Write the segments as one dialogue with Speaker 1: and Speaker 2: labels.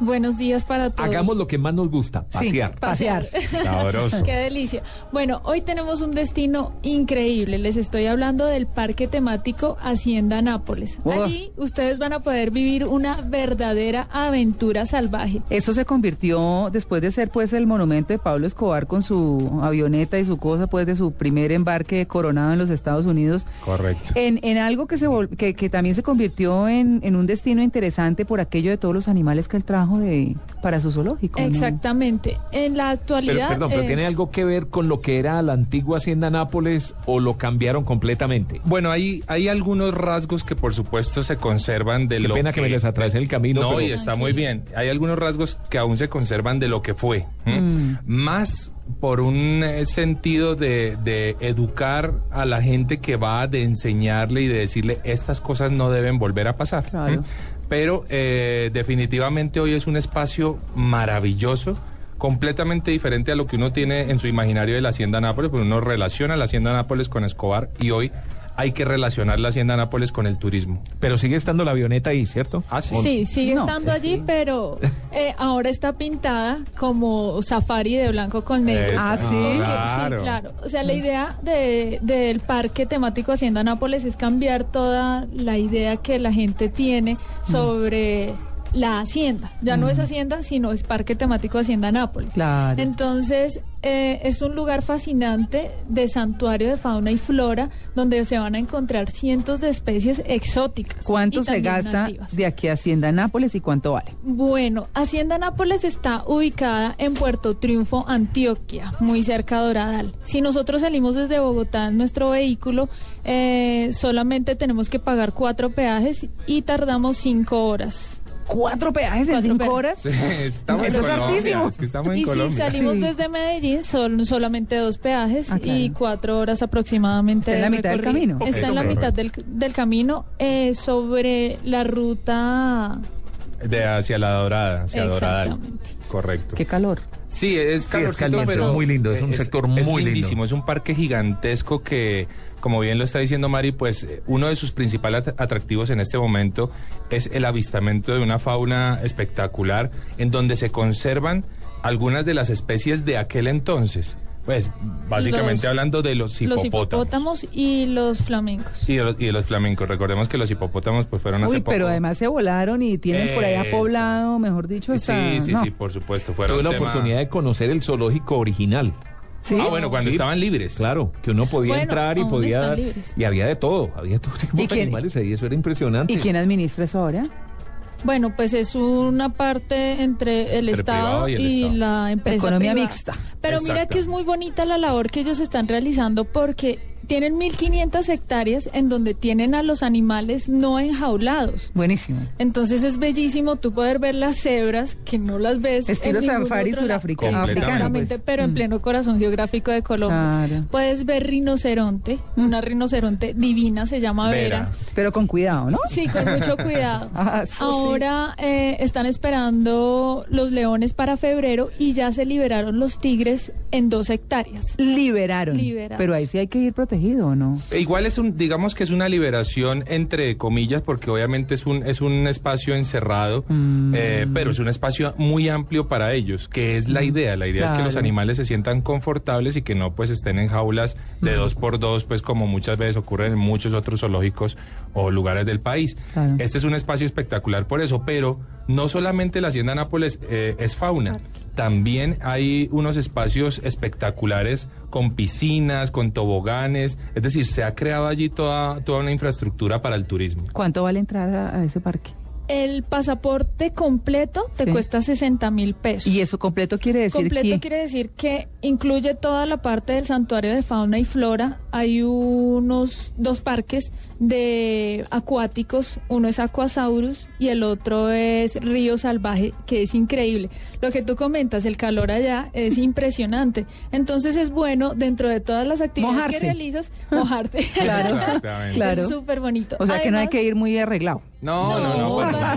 Speaker 1: Buenos días para todos.
Speaker 2: Hagamos lo que más nos gusta, pasear.
Speaker 1: Pasear.
Speaker 2: Sabroso.
Speaker 1: Qué delicia. Bueno, hoy tenemos un destino increíble. Les estoy hablando del parque temático Hacienda Nápoles.
Speaker 3: Uah.
Speaker 1: Allí ustedes van a poder vivir una verdadera aventura salvaje.
Speaker 3: Eso se convirtió, después de ser pues el monumento de Pablo Escobar con su avioneta y su cosa, pues de su primer embarque coronado en los Estados Unidos,
Speaker 4: Correcto.
Speaker 3: en, en algo que, se vol- que, que también se convirtió en, en un destino interesante por aquello de todos los animales que él trajo de, para su zoológico. ¿no?
Speaker 1: Exactamente. En la
Speaker 2: Pero,
Speaker 1: actualidad.
Speaker 2: perdón, ¿pero
Speaker 1: es-
Speaker 2: tiene algo que ver con lo que era la antigua Hacienda Nápoles o lo cambiaron completamente?
Speaker 4: Bueno, hay, hay algunos rasgos que por supuesto se conservan de
Speaker 2: Qué
Speaker 4: lo
Speaker 2: pena que me les atravesé el camino,
Speaker 4: No,
Speaker 2: pero-
Speaker 4: y está muy
Speaker 1: Tranquilo.
Speaker 4: bien. Hay algunos rasgos que aún se conservan de lo que fue. ¿m?
Speaker 3: Mm.
Speaker 4: Más por un eh, sentido de, de educar a la gente que va, de enseñarle y de decirle estas cosas no deben volver a pasar. ¿m?
Speaker 3: Claro.
Speaker 4: Pero eh, definitivamente hoy es un espacio maravilloso completamente diferente a lo que uno tiene en su imaginario de la Hacienda Nápoles, porque uno relaciona la Hacienda Nápoles con Escobar y hoy hay que relacionar la Hacienda Nápoles con el turismo.
Speaker 2: Pero sigue estando la avioneta ahí, ¿cierto?
Speaker 4: Ah,
Speaker 1: Sí, sigue
Speaker 3: No,
Speaker 1: estando
Speaker 3: sí,
Speaker 1: allí,
Speaker 3: sí.
Speaker 1: pero eh, ahora está pintada como safari de blanco con negro.
Speaker 3: Ah, sí.
Speaker 1: Que-
Speaker 4: Claro.
Speaker 1: Sí, claro. O sea, la idea de- del parque temático Hacienda Nápoles es cambiar toda la idea que la gente tiene
Speaker 3: Mm.
Speaker 1: sobre la hacienda. Ya no es hacienda, sino es parque temático Hacienda Nápoles.
Speaker 3: Claro.
Speaker 1: Entonces, eh, es un lugar fascinante de santuario de fauna y flora, donde se van a encontrar cientos de especies exóticas.
Speaker 3: ¿Cuánto
Speaker 1: y
Speaker 3: se
Speaker 1: también
Speaker 3: gasta
Speaker 1: nativas.
Speaker 3: de aquí a Hacienda Nápoles y cuánto vale?
Speaker 1: Bueno, Hacienda Nápoles está ubicada en Puerto Triunfo, Antioquia, muy cerca de Doradal. Si nosotros salimos desde Bogotá en nuestro vehículo, eh, solamente tenemos que pagar cuatro peajes y tardamos cinco horas.
Speaker 3: ¿Cuatro peajes en
Speaker 1: Cuatro
Speaker 3: cinco
Speaker 1: peajes.
Speaker 3: horas?
Speaker 4: Sí, estamos
Speaker 3: Eso
Speaker 4: en
Speaker 3: es
Speaker 4: Colombia,
Speaker 3: hartísimo.
Speaker 4: es que estamos en
Speaker 1: y si
Speaker 4: Colombia.
Speaker 1: salimos
Speaker 3: Sí.
Speaker 1: desde Medellín, son solamente dos peajes
Speaker 3: Ah, claro.
Speaker 1: y cuatro horas aproximadamente.
Speaker 3: Está en la
Speaker 1: de
Speaker 3: mitad del
Speaker 1: recorrido.
Speaker 3: camino.
Speaker 1: Está en la
Speaker 4: Poquito,
Speaker 1: mitad del, del camino eh, sobre la ruta.
Speaker 4: De hacia la dorada, hacia dorada.
Speaker 1: Exactamente.
Speaker 4: Correcto.
Speaker 3: Qué calor.
Speaker 4: Sí, es calorcito,
Speaker 2: caliente,
Speaker 4: pero
Speaker 2: es muy lindo, es un sector muy
Speaker 4: es
Speaker 2: lindo.
Speaker 4: lindísimo, Es un parque gigantesco que, como bien lo está diciendo Mari, pues eh, uno de sus principales at- atractivos en este momento es el avistamiento de una fauna espectacular en donde se conservan algunas de las especies de aquel entonces. Pues básicamente
Speaker 1: Los-
Speaker 4: hablando de los
Speaker 1: Los
Speaker 4: hipopótamos.
Speaker 1: hipopótamos y los flamencos.
Speaker 4: Y de los, y de los flamencos. Recordemos que los hipopótamos pues fueron hace
Speaker 3: Uy,
Speaker 4: poco.
Speaker 3: pero además se volaron y tienen por allá
Speaker 4: Eso.
Speaker 3: poblado, mejor dicho, hasta...
Speaker 4: Sí, sí,
Speaker 3: no.
Speaker 4: sí, por supuesto. Fueron
Speaker 2: Tuve la
Speaker 4: tema-
Speaker 2: oportunidad de conocer el zoológico original.
Speaker 3: ¿Sí?
Speaker 4: Ah, bueno, cuando
Speaker 2: Sí.
Speaker 4: estaban libres.
Speaker 2: Claro, que uno podía
Speaker 1: Bueno,
Speaker 2: entrar y
Speaker 1: aún
Speaker 2: podía
Speaker 1: están libres.
Speaker 2: y había de todo, había todo tipo
Speaker 3: ¿Y
Speaker 2: de
Speaker 3: quién-
Speaker 2: animales ahí, eso era impresionante.
Speaker 3: ¿Y quién administra eso ahora?
Speaker 1: Bueno, pues es una parte entre el
Speaker 4: Entre
Speaker 1: Estado
Speaker 4: privado y
Speaker 1: y,
Speaker 4: el Estado.
Speaker 1: la empresa.
Speaker 3: Economía
Speaker 1: privada.
Speaker 3: mixta.
Speaker 1: Pero mira
Speaker 4: Exacto.
Speaker 1: que es muy bonita la labor que ellos están realizando porque tienen 1.500 hectáreas en donde tienen a los animales no enjaulados.
Speaker 3: Buenísimo.
Speaker 1: Entonces es bellísimo tú poder ver las cebras que no las ves. en
Speaker 3: Estilo
Speaker 1: ningún otro
Speaker 3: safari
Speaker 1: lado.
Speaker 3: surafricano.
Speaker 4: Completamente.
Speaker 3: africano,
Speaker 1: Exactamente,
Speaker 3: pues.
Speaker 1: pero en
Speaker 3: Mm. Ah.
Speaker 1: pleno corazón geográfico de Colombia.
Speaker 3: Claro.
Speaker 1: Puedes ver rinoceronte, una
Speaker 3: Mm.
Speaker 1: rinoceronte divina, se llama Vera.
Speaker 4: Vera.
Speaker 3: Pero con cuidado, ¿no?
Speaker 1: Sí, con mucho cuidado.
Speaker 3: Ah, eso sí.
Speaker 1: Ahora eh, están esperando los leones para febrero y ya se liberaron los tigres en dos hectáreas.
Speaker 3: Liberaron.
Speaker 1: Liberados.
Speaker 3: Pero ahí sí hay que ir protegido, ¿o ¿no?
Speaker 4: E Igual es un, digamos que es una liberación entre comillas, porque obviamente es un, es un espacio encerrado,
Speaker 3: Mm. Mm.
Speaker 4: eh, pero es un espacio muy amplio para ellos, que es la idea. La idea es que los
Speaker 3: Claro.
Speaker 4: animales se sientan confortables y que no pues estén en jaulas
Speaker 3: Mm.
Speaker 4: de dos por dos, pues como muchas veces ocurre en muchos otros zoológicos o lugares del país.
Speaker 3: Claro.
Speaker 4: Este es un espacio espectacular por eso, pero no solamente la Hacienda Nápoles eh, es fauna, también hay unos espacios espectaculares con piscinas, con toboganes, es decir, se ha creado allí toda, toda una infraestructura para el turismo.
Speaker 3: ¿Cuánto vale entrar a, a ese parque?
Speaker 1: El pasaporte completo te
Speaker 3: Sí.
Speaker 1: cuesta 60 mil pesos.
Speaker 3: Y eso completo quiere decir
Speaker 1: Completo
Speaker 3: que...
Speaker 1: quiere decir que incluye toda la parte del santuario de fauna y flora. Hay unos dos parques de acuáticos, uno es Aquasaurus y el otro es Río Salvaje, que es increíble. Lo que tú comentas, el calor allá es impresionante. Entonces es bueno dentro de todas las actividades
Speaker 3: Mojarse.
Speaker 1: que realizas mojarte.
Speaker 3: Claro,
Speaker 4: Exactamente.
Speaker 3: claro.
Speaker 1: Es súper bonito.
Speaker 3: O sea que no hay que ir muy arreglado.
Speaker 4: No, no, no,
Speaker 1: No,
Speaker 4: para
Speaker 1: para
Speaker 4: nada,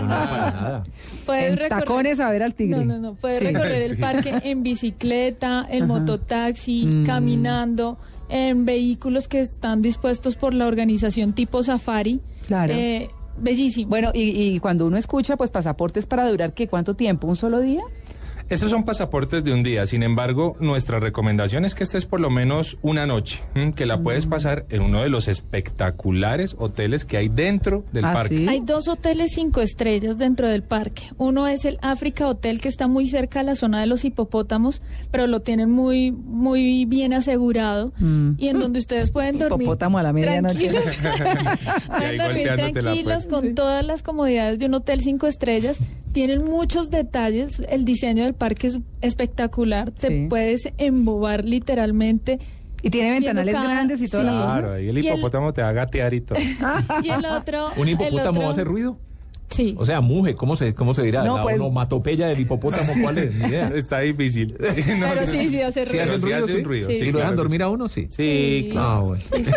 Speaker 1: nada.
Speaker 4: para nada.
Speaker 3: En tacones a ver al
Speaker 1: No,
Speaker 3: tigre.
Speaker 1: no, no. Puedes
Speaker 3: Sí.
Speaker 1: recorrer el
Speaker 4: Sí.
Speaker 1: parque en bicicleta, en
Speaker 3: Ajá.
Speaker 1: mototaxi,
Speaker 3: Mm.
Speaker 1: caminando, en vehículos que están dispuestos por la organización tipo safari.
Speaker 3: Claro.
Speaker 1: Eh, bellísimo.
Speaker 3: Bueno, y, y cuando uno escucha, pues pasaportes para durar, ¿qué? ¿Cuánto tiempo? ¿Un solo día?
Speaker 4: Estos son pasaportes de un día, sin embargo, nuestra recomendación es que estés por lo menos una noche, ¿m? que la puedes pasar en uno de los espectaculares hoteles que hay dentro del
Speaker 3: Ah,
Speaker 4: parque.
Speaker 3: ¿sí?
Speaker 1: Hay dos hoteles cinco estrellas dentro del parque. Uno es el África Hotel que está muy cerca a la zona de los hipopótamos, pero lo tienen muy muy bien asegurado
Speaker 3: Mm.
Speaker 1: y en donde ustedes pueden dormir
Speaker 3: Hipopótamo a la medianoche.
Speaker 1: tranquilos,
Speaker 4: ahí
Speaker 1: pueden dormir
Speaker 4: golpeándote la
Speaker 1: tranquilos
Speaker 4: puerta.
Speaker 1: con todas las comodidades de un hotel cinco estrellas. Tienen muchos detalles, el diseño del parque es espectacular,
Speaker 3: Sí.
Speaker 1: te puedes embobar literalmente.
Speaker 3: Y tiene
Speaker 1: Viendo
Speaker 3: ventanales
Speaker 1: cada-
Speaker 3: grandes y toda la cosa.
Speaker 4: Claro, ahí el
Speaker 1: Y el-
Speaker 4: hipopótamo te va a gatear y todo.
Speaker 1: Y el otro...
Speaker 2: ¿Un
Speaker 1: el
Speaker 2: hipopótamo
Speaker 1: otro-
Speaker 2: hace ruido?
Speaker 1: Sí.
Speaker 2: O sea, muge, ¿cómo se, cómo se dirá?
Speaker 3: No,
Speaker 2: ¿La
Speaker 3: pues-
Speaker 2: onomatopeya del hipopótamo cuál es? Ni idea.
Speaker 4: Está difícil. Sí, no,
Speaker 1: pero
Speaker 4: no.
Speaker 1: sí, sí hace
Speaker 2: ¿Sí
Speaker 1: ruido.
Speaker 2: hacen
Speaker 4: sí
Speaker 2: ruido?
Speaker 4: hacen ruido,
Speaker 1: sí,
Speaker 2: ¿Y lo
Speaker 4: claro
Speaker 2: dejan
Speaker 4: que
Speaker 2: dormir
Speaker 4: sí.
Speaker 2: a uno? Sí.
Speaker 4: Sí,
Speaker 1: Sí.
Speaker 2: Ah,
Speaker 4: claro.
Speaker 2: bueno.
Speaker 1: Sí, sí.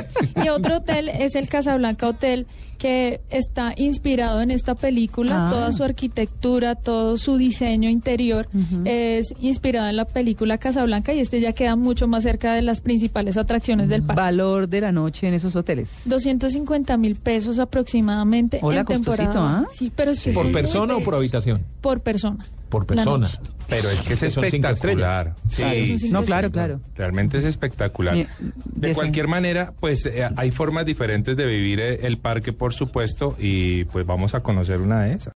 Speaker 1: Y otro hotel es el Casablanca Hotel, que está inspirado en esta película.
Speaker 3: Ah.
Speaker 1: Toda su arquitectura, todo su diseño interior
Speaker 3: Ujú.
Speaker 1: es inspirado en la película Casablanca y este ya queda mucho más cerca de las principales atracciones del parque.
Speaker 3: Valor de la noche en esos hoteles.
Speaker 1: 250 mil pesos aproximadamente
Speaker 3: Hola,
Speaker 1: en temporada.
Speaker 3: costosito, ¿ah?
Speaker 1: Sí, pero es que
Speaker 2: ¿Por
Speaker 1: son muy
Speaker 2: persona o por
Speaker 1: bellos.
Speaker 2: habitación?
Speaker 1: Por persona.
Speaker 2: Por
Speaker 1: La
Speaker 2: persona.
Speaker 1: noche.
Speaker 4: Pero es que es
Speaker 2: Que son cinco
Speaker 4: espectacular.
Speaker 1: Sí, son cinco
Speaker 3: No, claro, claro.
Speaker 4: Realmente es espectacular.
Speaker 3: Mira,
Speaker 4: De
Speaker 3: desen-
Speaker 4: cualquier manera, pues eh, hay formas diferentes de vivir eh, el parque, por supuesto, y pues vamos a conocer una de esas.